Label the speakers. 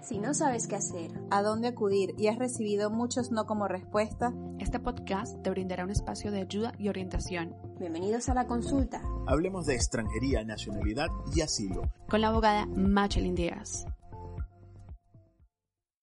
Speaker 1: Si no sabes qué hacer,
Speaker 2: a dónde acudir y has recibido muchos no como respuesta,
Speaker 3: este podcast te brindará un espacio de ayuda y orientación.
Speaker 1: bienvenidos a la consulta.
Speaker 4: Hablemos de extranjería, nacionalidad y asilo.
Speaker 3: Con la abogada Machelin Díaz.